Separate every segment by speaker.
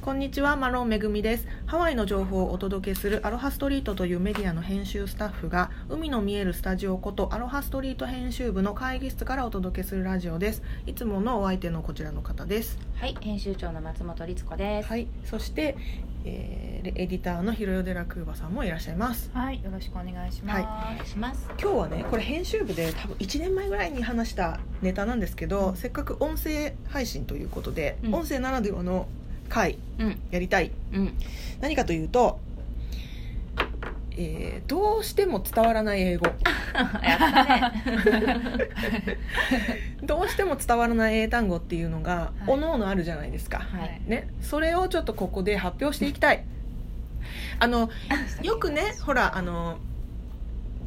Speaker 1: こんにちは、マロンめぐみです。ハワイの情報をお届けするアロハストリートというメディアの編集スタッフが、海の見えるスタジオことアロハストリート編集部の会議室からお届けするラジオです。いつものお相手のこちらの方です。
Speaker 2: はい、編集長の松本律子です。
Speaker 1: はい、そして、えーエディターのひろよでらくーばさんもいらっしゃいます。
Speaker 3: はい、よろしくお願いします。
Speaker 2: お願いします。
Speaker 1: 今日はねこれ編集部で多分1年前ぐらいに話したネタなんですけど、せっかく音声配信ということで、
Speaker 2: うん
Speaker 1: 音声ならではの回
Speaker 2: うん、
Speaker 1: やりたい
Speaker 2: うん、
Speaker 1: 何かというと、えーどうしても伝わらない英語 どうしても伝わらない英単語っていうのが、
Speaker 3: はい
Speaker 1: 各々あるじゃないですか、
Speaker 2: はい、
Speaker 1: ね、それをちょっとここで発表していきたいあのよくねほらあの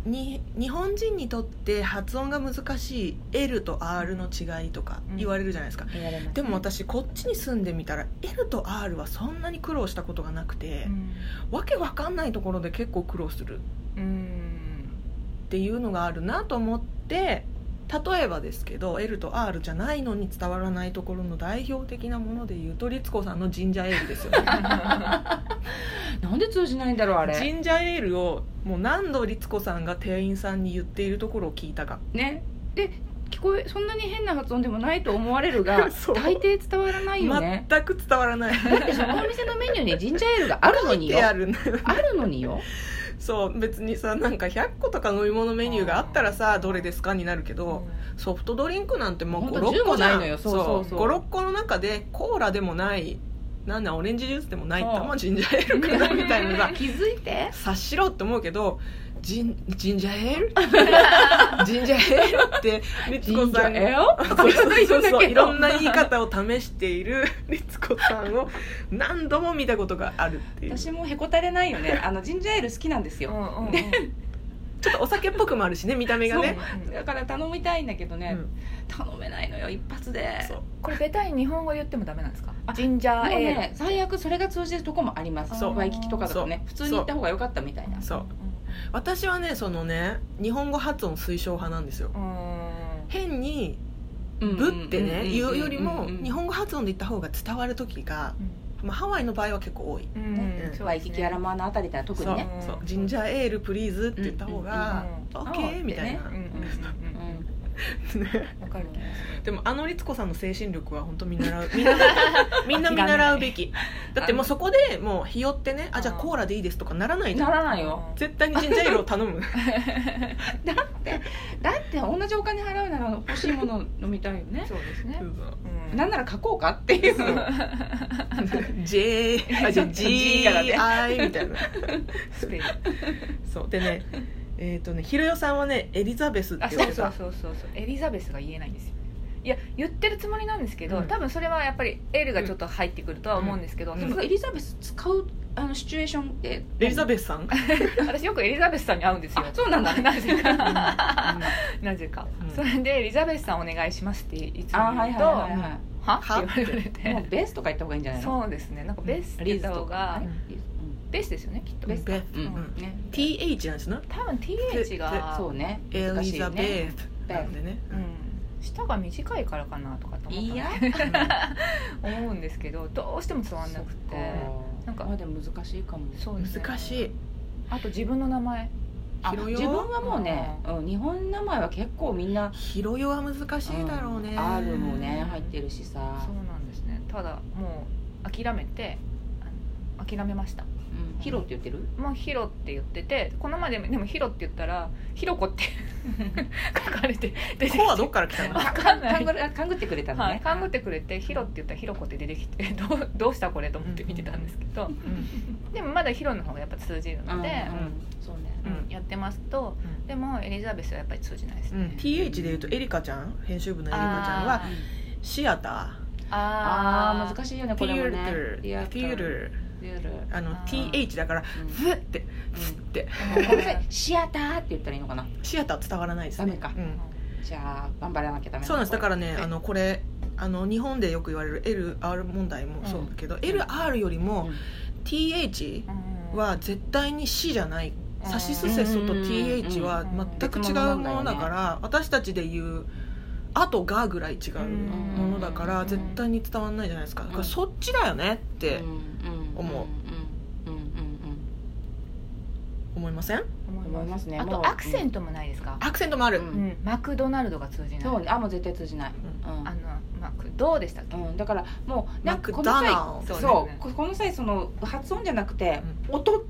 Speaker 1: に日本人にとって発音が難しい L と R の違いとか言われるじゃないですか、
Speaker 2: 言われます、
Speaker 1: でも、私こっちに住んでみたら L と R はそんなに苦労したことがなくて
Speaker 3: う、ん、
Speaker 1: わけわかんないところで結構苦労する
Speaker 3: うん、
Speaker 1: っていうのがあるなと思って例えばですけど L と R じゃないのに伝わらないところの代表的なもので言うと律子さんのジンジャーエールですよね
Speaker 2: なんで通じないんだろう、あ
Speaker 1: ジ
Speaker 2: れ。
Speaker 1: ンジャーエールをもう何度律子さんが店員さんに言っているところを聞いたか
Speaker 2: ね、で、聞こえ、そんなに変な発音でもないと思われる が、
Speaker 1: そう
Speaker 2: 大抵伝わらないよね。
Speaker 1: 全く伝わらない
Speaker 2: だって、そこの店のメニューにジンジャーエールがあるのに
Speaker 1: 書いて あ
Speaker 2: よ。
Speaker 1: るんだよ
Speaker 2: あるのによ。
Speaker 1: そう別にさなんか100個とか飲み物メニューがあったらさどれですかになるけど、ソフトドリンクなんてもう
Speaker 2: ほんと
Speaker 1: 56個じゃん
Speaker 2: 10もないのよそうそうそう
Speaker 1: 56個の中でコーラでもないなんだオレンジジュースでもない
Speaker 2: そう
Speaker 1: たまジンジャーエールか なみたいなさ
Speaker 2: 気づいて。
Speaker 1: 察しろって思うけどジンジンジャーエール ジンジャーエールって律子さん
Speaker 2: え
Speaker 1: が
Speaker 2: よ。
Speaker 1: そうそうそうそういろん
Speaker 2: な。
Speaker 1: な言い方を試している律子さんを何度も見たことがあるっていうち
Speaker 2: 私もへこたれないよね。あのジンジャーエール好きなんです
Speaker 3: う
Speaker 2: よ。
Speaker 3: ん、 うん、うん、
Speaker 1: ょっとお酒っぽくもあるしね見た目がね
Speaker 2: だから頼みたいんだけど
Speaker 1: う
Speaker 2: ね、
Speaker 1: ん
Speaker 2: 頼めないのよ一発で
Speaker 1: そう
Speaker 3: これベタに日本語言ってもダメなんですか
Speaker 2: あ。
Speaker 3: ジンジャー
Speaker 2: もう
Speaker 3: エー
Speaker 2: ね最悪それが通じるとこもあります
Speaker 1: そう
Speaker 2: ワイキキとかだとね
Speaker 1: そう
Speaker 2: 普通に行った方が良かったみたいな
Speaker 3: ル。
Speaker 1: そう私はねそのね日本語発音推奨派なんですよ
Speaker 3: うん。うん。
Speaker 1: 変に
Speaker 2: う
Speaker 1: 「
Speaker 2: ん
Speaker 1: ぶ」ってね言うよりも
Speaker 2: うん
Speaker 1: 日本語発音で言った方が伝わる時が、まあ、ハワイの場合は結構多い
Speaker 3: うん。
Speaker 2: ワイキキアラモアのあたりだ特にね
Speaker 1: そうそう「ジンジャーエールプリーズ」って言った方が「
Speaker 2: んうん
Speaker 1: OK」みたいな、
Speaker 3: うん、うん、
Speaker 2: う
Speaker 3: うん
Speaker 1: ね
Speaker 3: ん、わかるね。
Speaker 1: でもあの律子さんの精神力は本当見習うみんなみんな見習うべきだってもうそこでもうひよってね「あじゃあコーラでいいです」とかならないじゃ
Speaker 2: なんらないよ
Speaker 1: 絶対にジンジャーエールを頼む
Speaker 2: だってだって同じお金払うなら欲しいもの飲みたいよね
Speaker 3: そうですね
Speaker 1: そ。うそう
Speaker 3: うん
Speaker 2: なんなら書こうかっていう
Speaker 3: そう
Speaker 1: J あじゃあ
Speaker 2: G からね
Speaker 1: GI みたいな
Speaker 3: スペル。
Speaker 1: そうでねえっ、とねひろよさんはねエリザベスって
Speaker 3: あ
Speaker 1: 言っ
Speaker 3: そう
Speaker 1: て
Speaker 3: そう
Speaker 1: た
Speaker 3: そうそうそうエリザベスが言えないんですよいや言ってるつもりなんですけど、
Speaker 1: うん
Speaker 3: 多分それはやっぱり L がちょっと入ってくるとは思うんですけど、
Speaker 1: うん
Speaker 3: で
Speaker 2: で
Speaker 3: も
Speaker 2: もエリザベス使うあのシチュエーションって
Speaker 1: エリザ
Speaker 2: ベ
Speaker 1: ベスさん、
Speaker 3: 私よくエリザベスさんに会うんですよ
Speaker 2: あそうなん だ
Speaker 3: なぜか
Speaker 1: う
Speaker 3: なぜか、
Speaker 1: うん
Speaker 3: それで「エリザベスさんお願いします」っていつ
Speaker 2: あ
Speaker 3: も
Speaker 2: はいはい
Speaker 3: 言うと
Speaker 2: は
Speaker 3: 「
Speaker 2: い
Speaker 3: は
Speaker 1: は
Speaker 3: って言われ
Speaker 2: はいもう
Speaker 3: て
Speaker 2: ベースとか言った方がいいんじゃないの
Speaker 3: そうですねなんかベスって言
Speaker 2: リ
Speaker 3: っ
Speaker 2: ズ
Speaker 3: た
Speaker 2: と
Speaker 3: 方
Speaker 2: か
Speaker 3: が
Speaker 2: ね
Speaker 3: ベスですよねきっと
Speaker 1: ん
Speaker 3: ベスか
Speaker 1: ベ
Speaker 2: うん
Speaker 3: うん
Speaker 2: うんね
Speaker 1: ス TH なんですな
Speaker 3: 多分 TH が
Speaker 2: そうね
Speaker 1: エ
Speaker 2: 難
Speaker 1: リ
Speaker 2: しい
Speaker 1: ザ
Speaker 2: よね
Speaker 1: ベスなんでね
Speaker 3: うん、舌が短いからかなとかと思った
Speaker 2: いや
Speaker 3: 思うんですけどどうしても伝わんなくて
Speaker 2: な
Speaker 3: なんん
Speaker 2: か
Speaker 3: か
Speaker 2: まあでも難しいかもね
Speaker 3: そう
Speaker 1: うん
Speaker 3: ですね
Speaker 1: 難しい
Speaker 3: あと自分の名前
Speaker 2: あ
Speaker 1: 広いよ
Speaker 2: 自分はもうね、うん、日本名前は結構みんな
Speaker 1: ひろよは難しいだろうね、
Speaker 2: ん R もね入ってるしさ
Speaker 3: そう、なんですねただもう諦めてあの諦めました
Speaker 2: うん、ヒロって言ってる
Speaker 3: もうヒロって言っててこの前でもでもヒロって言ったらヒロコって 書かれて出てきて
Speaker 1: コはどっから来た の
Speaker 3: わかんない
Speaker 2: かんぐらかんぐってくれたの
Speaker 3: は
Speaker 2: ね
Speaker 3: い、、勘ぐってくれてヒロって言ったらヒロコって出てきて どうどうしたこれと思って見てたんですけど、でもまだヒロの方がやっぱ通じる
Speaker 2: うん
Speaker 3: ので、
Speaker 2: うんそうね
Speaker 1: うん
Speaker 3: うんやってますと
Speaker 1: うん
Speaker 3: でもエリザベスはやっぱり通じないです
Speaker 1: うん
Speaker 3: ね、
Speaker 1: TH でいうとエリカちゃん編集部のエリカちゃんは
Speaker 3: あ
Speaker 1: シアタ
Speaker 2: あー難
Speaker 3: しい
Speaker 2: しいよね
Speaker 1: ーテ
Speaker 2: これ
Speaker 1: ィ
Speaker 2: も
Speaker 1: ー
Speaker 2: ね
Speaker 1: ルティール
Speaker 2: ティール
Speaker 1: あの
Speaker 3: あー
Speaker 1: TH だから
Speaker 2: うん
Speaker 1: ふってふっ
Speaker 2: う
Speaker 1: て
Speaker 2: んごめんなさいシアターって言ったらいいのかな
Speaker 1: シアター伝わらないですね
Speaker 2: ダメか
Speaker 1: うん
Speaker 2: じゃあ頑張らなきゃダメ
Speaker 1: そうなんですだからね
Speaker 2: はい
Speaker 1: あのこれあの日本でよく言われる LR 問題もそうだけど、LR よりも TH は絶対に C じゃないサシスセソと
Speaker 2: うん
Speaker 1: TH は全く違うものだから私たちで言うあとがぐらい違うものだから
Speaker 2: うん
Speaker 1: 絶対に伝わんないじゃないですかだからそっちだよねって思う
Speaker 2: うんうんうん
Speaker 1: 思いません
Speaker 2: うん思いますね
Speaker 3: あ
Speaker 2: もう
Speaker 3: とアクセントもないですか、
Speaker 1: アクセントもある、
Speaker 2: うん
Speaker 3: うんマクドナルドが通じない
Speaker 2: そうねあもう絶対通じない、うん
Speaker 3: あのマクドでしたっけ、
Speaker 2: うん、だからもうな
Speaker 1: マ
Speaker 2: ん
Speaker 1: ク
Speaker 2: か
Speaker 1: ド
Speaker 2: この
Speaker 1: ナ
Speaker 2: 際
Speaker 1: ルド
Speaker 3: そう
Speaker 2: そう,、
Speaker 3: ですね
Speaker 2: ここの際その発音じゃなくて、音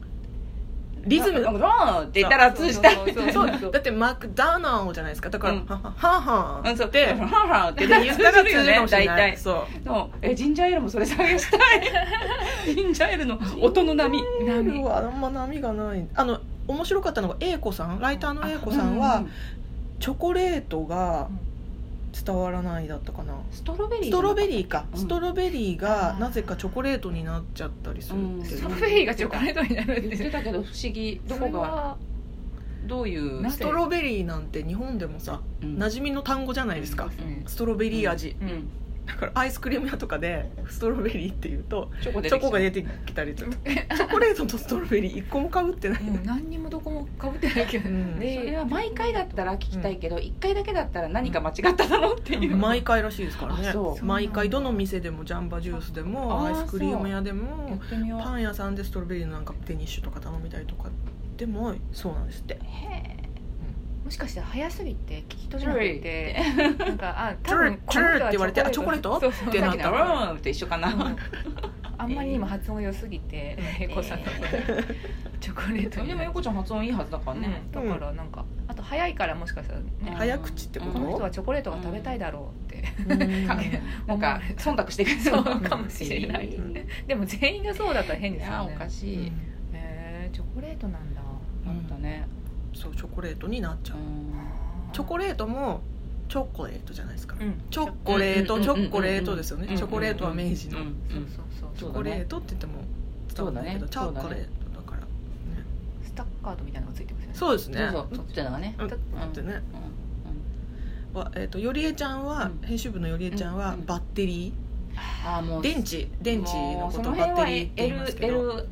Speaker 1: リズム
Speaker 2: なんかなんかって言ったら通じた
Speaker 3: そうそうそう
Speaker 1: そうだってマクダナルドじゃないですかだから、
Speaker 2: うん
Speaker 1: はははは
Speaker 2: うんそう
Speaker 1: で
Speaker 2: でハンハンって
Speaker 1: で言ったら通じるかもしれ
Speaker 2: 大
Speaker 1: ない
Speaker 2: 体
Speaker 1: そう
Speaker 2: のえジンジャーエールもそれ探したいジンジャーエールの音の波
Speaker 1: ルはあんま波がないあの面白かったのが A 子さんライターの A 子さんは、
Speaker 2: うう
Speaker 1: チョコレートが伝わらないだったかな、
Speaker 2: ストロベリー
Speaker 1: ストロベ
Speaker 2: ー
Speaker 1: リーか、
Speaker 2: うん
Speaker 1: ストロベリーが
Speaker 3: あー
Speaker 1: なぜかチョコレートになっちゃったりするっていう
Speaker 3: ス
Speaker 2: う
Speaker 3: ト
Speaker 2: ん
Speaker 3: ロベリーがチョコレートになるんで
Speaker 2: 言っ
Speaker 3: す
Speaker 2: て
Speaker 3: よ
Speaker 2: たけど不思議どこ
Speaker 3: それ
Speaker 2: が
Speaker 3: は
Speaker 2: どういう
Speaker 3: な
Speaker 1: ストロベリーなんて日本でもさ
Speaker 2: うん
Speaker 1: 馴染みの単語じゃないですか、
Speaker 3: そうね
Speaker 1: ストロベリー味、
Speaker 2: うん
Speaker 1: だからアイスクリーム屋とかでストロベリーっていうと
Speaker 2: チョコ出
Speaker 1: チョ
Speaker 2: てきた
Speaker 1: コが出てきたりするとチョコレートとストロベリー一個もかぶってない、
Speaker 3: うん何にもどこもかぶってないけど、
Speaker 1: うん
Speaker 2: それ
Speaker 3: で
Speaker 2: は毎回だったら聞きたいけど、一1回だけだったら何か間違っただろうっていう、
Speaker 1: 毎回らしいですからね
Speaker 2: あそう
Speaker 1: 毎回どの店でもジャンバジュースでも
Speaker 2: あ
Speaker 1: ア
Speaker 2: ー
Speaker 1: イスクリーム屋で
Speaker 2: や
Speaker 1: も
Speaker 2: ってみよう
Speaker 1: パン屋さんでストロベリーのなんかデニッシュとか頼みたりとかでもそうなんですって
Speaker 3: へーもしかして早すぎて聞き取れなくてなんかあ
Speaker 1: チ
Speaker 3: 多
Speaker 1: ュ
Speaker 3: 分
Speaker 1: ルチュルって言われてあチ
Speaker 3: チ
Speaker 1: ョコ
Speaker 3: ョコ
Speaker 1: レー
Speaker 3: レー
Speaker 1: ト
Speaker 3: ト
Speaker 1: っ
Speaker 3: そ
Speaker 1: て
Speaker 3: う
Speaker 2: さ
Speaker 1: な
Speaker 2: っ
Speaker 1: っ
Speaker 2: きの
Speaker 1: た
Speaker 2: ロ
Speaker 1: ら
Speaker 2: ーンと一緒かな、
Speaker 3: うんあんまりにも発音良すぎて英 子さんのチョコレート
Speaker 2: で
Speaker 3: に
Speaker 2: も
Speaker 3: なっ
Speaker 2: よこちゃん発音いいはずだから
Speaker 3: た
Speaker 2: ね
Speaker 3: ね、だからなんかあと早いからもしかしたらね
Speaker 1: 早口ってこ
Speaker 3: この人
Speaker 1: と
Speaker 3: はチョコレートが食べたいだろうって
Speaker 1: うん
Speaker 2: かなんか忖度してくれ
Speaker 3: そう
Speaker 2: う
Speaker 3: かもしれないでも全員がそうだったら
Speaker 2: い
Speaker 3: 変です
Speaker 2: や
Speaker 3: よ
Speaker 2: おか
Speaker 3: ね
Speaker 2: しい、
Speaker 3: へえチョコレートなんだ
Speaker 2: なんだね、
Speaker 1: そうチョコレートになっちゃうチョコ
Speaker 3: レ
Speaker 1: レートもチョコレートじゃないですか
Speaker 3: ー
Speaker 1: チョコレートチョコレートですよね
Speaker 2: うん
Speaker 1: チョコレートは明治の
Speaker 2: うん
Speaker 3: そううんそうそう
Speaker 1: チ
Speaker 3: そ
Speaker 1: ョ
Speaker 3: う
Speaker 1: コレートって言っても伝わらないけどチ
Speaker 2: そうだ
Speaker 1: ョ
Speaker 2: ね
Speaker 1: コレートだからね
Speaker 3: スタッカートみたいなのがついてますよね
Speaker 1: そうですね
Speaker 2: そうそうちょっとだからね
Speaker 1: うんだってね
Speaker 2: うん
Speaker 1: はえー、とよりえちゃんは、
Speaker 2: うん
Speaker 1: 編集部のよりえちゃんは、
Speaker 2: うん
Speaker 1: バッテリ
Speaker 2: あーも
Speaker 1: ー
Speaker 2: う
Speaker 1: 電池電池のこと
Speaker 2: も
Speaker 1: を
Speaker 2: う
Speaker 1: バ
Speaker 2: そ
Speaker 1: ッ
Speaker 2: の
Speaker 1: テ
Speaker 2: 辺
Speaker 1: リー
Speaker 2: は
Speaker 1: って言いますけど
Speaker 2: L, L,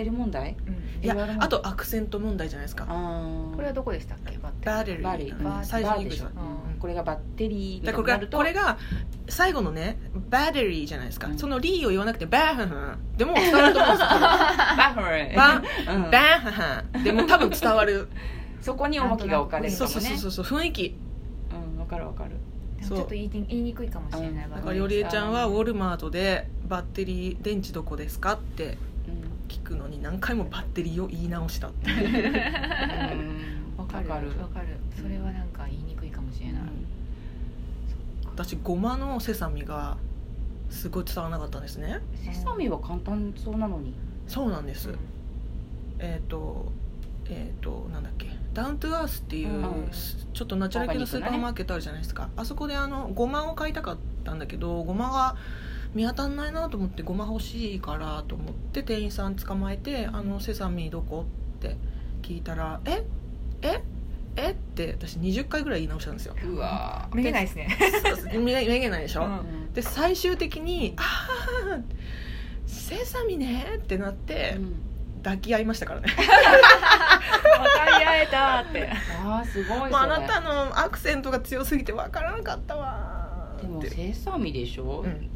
Speaker 2: L 問題
Speaker 3: うん
Speaker 1: い
Speaker 2: L
Speaker 1: や
Speaker 2: 問題
Speaker 1: あとアクセント問題じゃないですか
Speaker 2: あー
Speaker 3: これはどこでしたっけバッテ
Speaker 1: バーレル
Speaker 2: バーレル
Speaker 1: うん
Speaker 2: うん
Speaker 1: 最初に言うでしょ
Speaker 2: バ
Speaker 3: ーでしょ
Speaker 1: うん
Speaker 2: これがバッテリー
Speaker 1: だ
Speaker 2: と
Speaker 1: から
Speaker 2: な
Speaker 1: これ
Speaker 2: る
Speaker 1: が
Speaker 2: と
Speaker 1: これが最後のねバッテリーじゃないですか、
Speaker 2: うん
Speaker 1: そのリーを言わなくてバーハンハンでも伝わると思うん ですよ
Speaker 2: バッフル
Speaker 1: バ
Speaker 2: うん
Speaker 1: バーハンハンでも多分伝わる
Speaker 2: そこに重きが置かれるか
Speaker 1: そう
Speaker 2: も
Speaker 1: そうそう
Speaker 2: ね
Speaker 1: そうそう雰囲気
Speaker 2: うんわかるわかる
Speaker 3: でもちょっと言いに言いにくいかもしれない
Speaker 1: だか
Speaker 3: バー
Speaker 1: ら
Speaker 3: レル
Speaker 1: よりえちゃんはウォルマートでバッテリー電池どこですかって
Speaker 2: うん
Speaker 1: 聞くのに何回もバッテリーを言い直したって
Speaker 2: うんわ
Speaker 3: わ
Speaker 2: か
Speaker 3: か
Speaker 2: る
Speaker 3: るわかる
Speaker 2: うん
Speaker 3: それはなんか言いにくいかもしれない
Speaker 1: 私ごまのセサミがすごい伝わらなかったんですね
Speaker 2: セサミは簡単そうなのに
Speaker 1: そうなんです、
Speaker 3: う
Speaker 1: えっ、とえっ、となんだっけダウントゥーアースっていう、
Speaker 2: うん
Speaker 1: すちょっとナチュラル系のスーパーマーケットあるじゃないですか、あそこであのごまを買いたかったんだけどごまが見当たんないなと思ってごま欲しいからと思って店員さん捕まえて「あのセサミどこ?」って聞いたら「えええっ?」て私20回ぐらい言い直したんです よ
Speaker 2: うわ
Speaker 3: ん見えないで すね
Speaker 1: めめげないでしょ、
Speaker 3: うん
Speaker 1: で最終的に「ああセサミね」ってなって抱き合いましたからね
Speaker 3: 分かり合えたって
Speaker 2: あーすごいそれ
Speaker 1: まあ、あなたのアクセントが強すぎてわからなかったわ
Speaker 2: でも
Speaker 1: って
Speaker 2: セサミでしょ、
Speaker 1: うん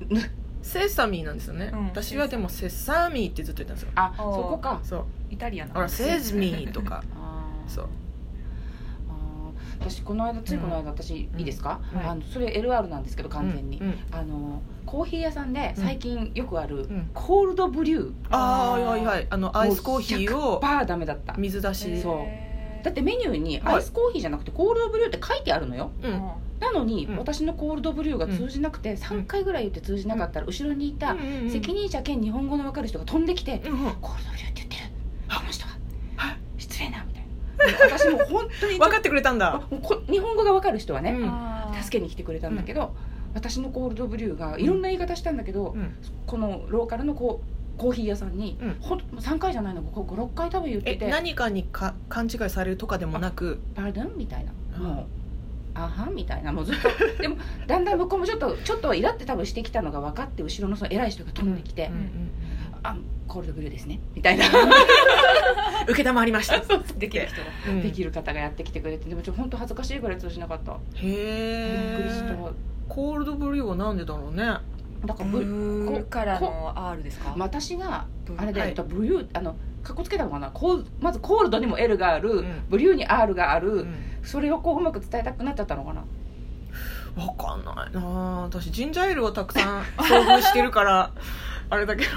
Speaker 1: セサミーなんですよね、
Speaker 3: うん
Speaker 1: 私はでもセサミーってずっと言ったんですよ
Speaker 2: あ
Speaker 3: おー
Speaker 2: そこか
Speaker 1: そう
Speaker 3: イタリ
Speaker 1: 「
Speaker 3: アの
Speaker 1: ほらセズミー」とか
Speaker 2: あー
Speaker 1: そう
Speaker 2: あー私この間ついこの間、
Speaker 1: うん
Speaker 2: 私
Speaker 1: うん
Speaker 2: いいですか、
Speaker 1: はい
Speaker 2: あのそれ LR なんですけど完全に、
Speaker 1: うんうん
Speaker 2: あのコーヒー屋さんで最近よくある、
Speaker 1: ん
Speaker 2: コールドブリュー
Speaker 1: ああはいはいあのアイスコーヒーを
Speaker 2: バーダメだった
Speaker 1: 水出し、
Speaker 2: そう
Speaker 3: へー
Speaker 2: だってメニューに
Speaker 1: はい
Speaker 2: アイスコーヒーじゃなくてコールドブリューって書いてあるのよ
Speaker 1: うんうん
Speaker 2: なのに、
Speaker 1: うん
Speaker 2: 私のコールドブリューが通じなくて、3回ぐらい言って通じなかったら後ろにいた
Speaker 1: うんうん
Speaker 2: 責任者兼日本語の分かる人が飛んできて
Speaker 1: うん
Speaker 2: 「コールドブリューって言ってるあの人は失礼な」みたいな私もう本当に
Speaker 1: 分かってくれたん
Speaker 2: あ
Speaker 1: だ
Speaker 2: もうこ日本語が分かる人はね、
Speaker 1: うん
Speaker 3: あー
Speaker 2: 助けに来てくれたんだけど、私のコールドブリューがいろんな言い方したんだけど、
Speaker 1: うん
Speaker 2: このローカルのこうコーヒー屋さんに、
Speaker 1: うん
Speaker 2: ほん3回じゃないのここ56回多分言っ
Speaker 1: え
Speaker 2: てて
Speaker 1: 何かにか勘違いされるとかでもなく
Speaker 2: 「バルン?」みたいな
Speaker 1: うん
Speaker 2: もう「あはん?」みたいなもうずっ とでもだんだん向こうもちょっとちょっとイラって多分してきたのが分かって後ろのその偉い人が飛んできて「
Speaker 1: うんうん
Speaker 2: あコールドブルーですねみたいな、
Speaker 1: 受けたまりました、
Speaker 3: できる人が
Speaker 1: うん
Speaker 2: できる方がやってきてくれてでもちょっと本当恥ずかしいぐらい通じなかった
Speaker 1: へ
Speaker 2: びっくりし
Speaker 1: え
Speaker 2: た
Speaker 1: コールドブリューはなんでだろうね
Speaker 2: だからブ
Speaker 3: ブ
Speaker 2: こ
Speaker 3: ーからの R ですか、
Speaker 2: まあ私が
Speaker 3: ブー
Speaker 2: あれで、
Speaker 1: はい
Speaker 2: えっとブリューあのかっこつけたのかなコーまずコールドにも L がある、
Speaker 1: ん
Speaker 2: ブリューに R がある、
Speaker 1: うん
Speaker 2: それをこううまく伝えたくなっちゃったのかな
Speaker 1: わかんないなあ私ジンジャーエールはたくさん遭遇してるから あれだけど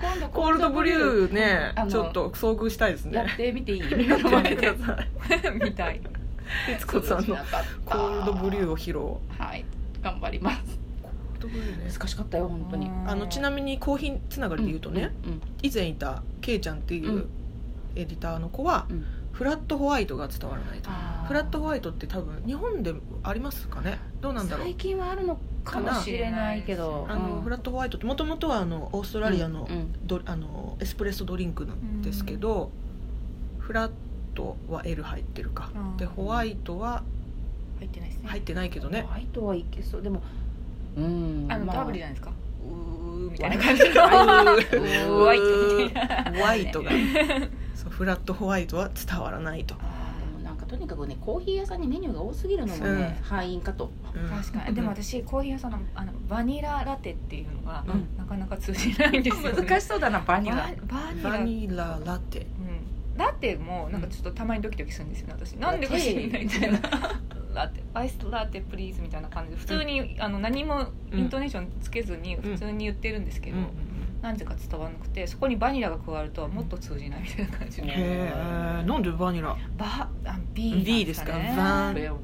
Speaker 2: 今度
Speaker 1: コールドブリューね
Speaker 2: あの
Speaker 1: ちょっと遭遇したいです
Speaker 2: や
Speaker 1: ね
Speaker 2: ってみていいみんなの
Speaker 1: やっ
Speaker 2: 前
Speaker 1: て
Speaker 2: で
Speaker 1: ください
Speaker 3: みたい
Speaker 1: 徹子さんのコールドブリュー
Speaker 2: ー
Speaker 1: を披露
Speaker 2: はい頑張ります難しかったよ本当に
Speaker 1: あのちなみにコーヒーつながりで言うとね、
Speaker 2: うん
Speaker 1: 以前いたケイちゃんっていう、
Speaker 2: うん
Speaker 1: エディターの子は、
Speaker 2: うん
Speaker 1: フラットホワイトが伝わらないと
Speaker 2: あー
Speaker 1: フラットホワイトって多分日本でありますかねどうなんだろう
Speaker 2: 最近はあるのかもしれないけど
Speaker 1: あの
Speaker 2: うん
Speaker 1: フラットホワイトってもともとはあのオーストラリアの,、
Speaker 2: うんうん
Speaker 1: どあのエスプレッソドリンクなんですけど、フラットは L 入ってるか、
Speaker 3: うん
Speaker 1: でホワイトは
Speaker 3: 入ってないですね、
Speaker 1: 入ってないけどね
Speaker 2: ホ、ワイトはいけそうでもうん
Speaker 3: あの、
Speaker 2: ま
Speaker 3: ダブルじゃないですかうーみたいな感じ
Speaker 2: う
Speaker 3: の
Speaker 2: ー
Speaker 3: ホワイトみたいな
Speaker 1: ホワイトがそうフラットホワイトは伝わらないと、
Speaker 2: でもなんかとにかくねコーヒー屋さんにメニューが多すぎるのもね、敗因かと
Speaker 1: うん
Speaker 3: 確かにでも私コーヒー屋さんのあのバニララテっていうのが、
Speaker 2: うん
Speaker 3: なかなか通じないんですよ、ね、
Speaker 2: しそうだなバ
Speaker 3: バ
Speaker 2: ニ
Speaker 3: バニラ
Speaker 1: バニララテ
Speaker 3: うん、ラテもなんかちょっとたまにドキドキするんですよね私なんでか知んないみたいなラテアイスラテプリーズみたいな感じで普通に、あの何もイントネーションつけずに普通に言ってるんですけど、なんでか伝わらなくてそこにバニラが加わるともっと通じないみたいな感じの
Speaker 1: へえなんでバニラ
Speaker 3: バあ B なん
Speaker 1: B ですか
Speaker 3: ね
Speaker 1: バ
Speaker 2: これは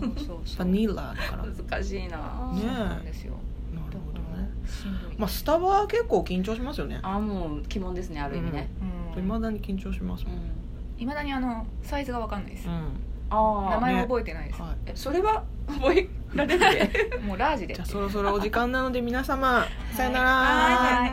Speaker 3: そうそうそう
Speaker 1: バニラだからなる
Speaker 2: 難しいな
Speaker 1: ね
Speaker 3: そうなんですよ
Speaker 1: ほ
Speaker 3: だか
Speaker 1: ど
Speaker 3: ら
Speaker 1: ね
Speaker 3: しんどい、
Speaker 1: まあスタバは結構緊張しますよね
Speaker 2: あもう鬼門ですねある意味ね、
Speaker 3: う
Speaker 1: い
Speaker 3: ん
Speaker 1: まだに緊張します
Speaker 2: う
Speaker 1: も
Speaker 2: ん
Speaker 1: ん
Speaker 3: いまだにあのサイズがわかんないです、
Speaker 1: うん
Speaker 2: あ
Speaker 3: 名
Speaker 2: あ、
Speaker 3: 前覚えてないです、
Speaker 1: はい
Speaker 2: えそれは覚えられるで
Speaker 3: もうラージで
Speaker 1: じゃあそろそろお時間なので皆様さよなら
Speaker 3: はいはい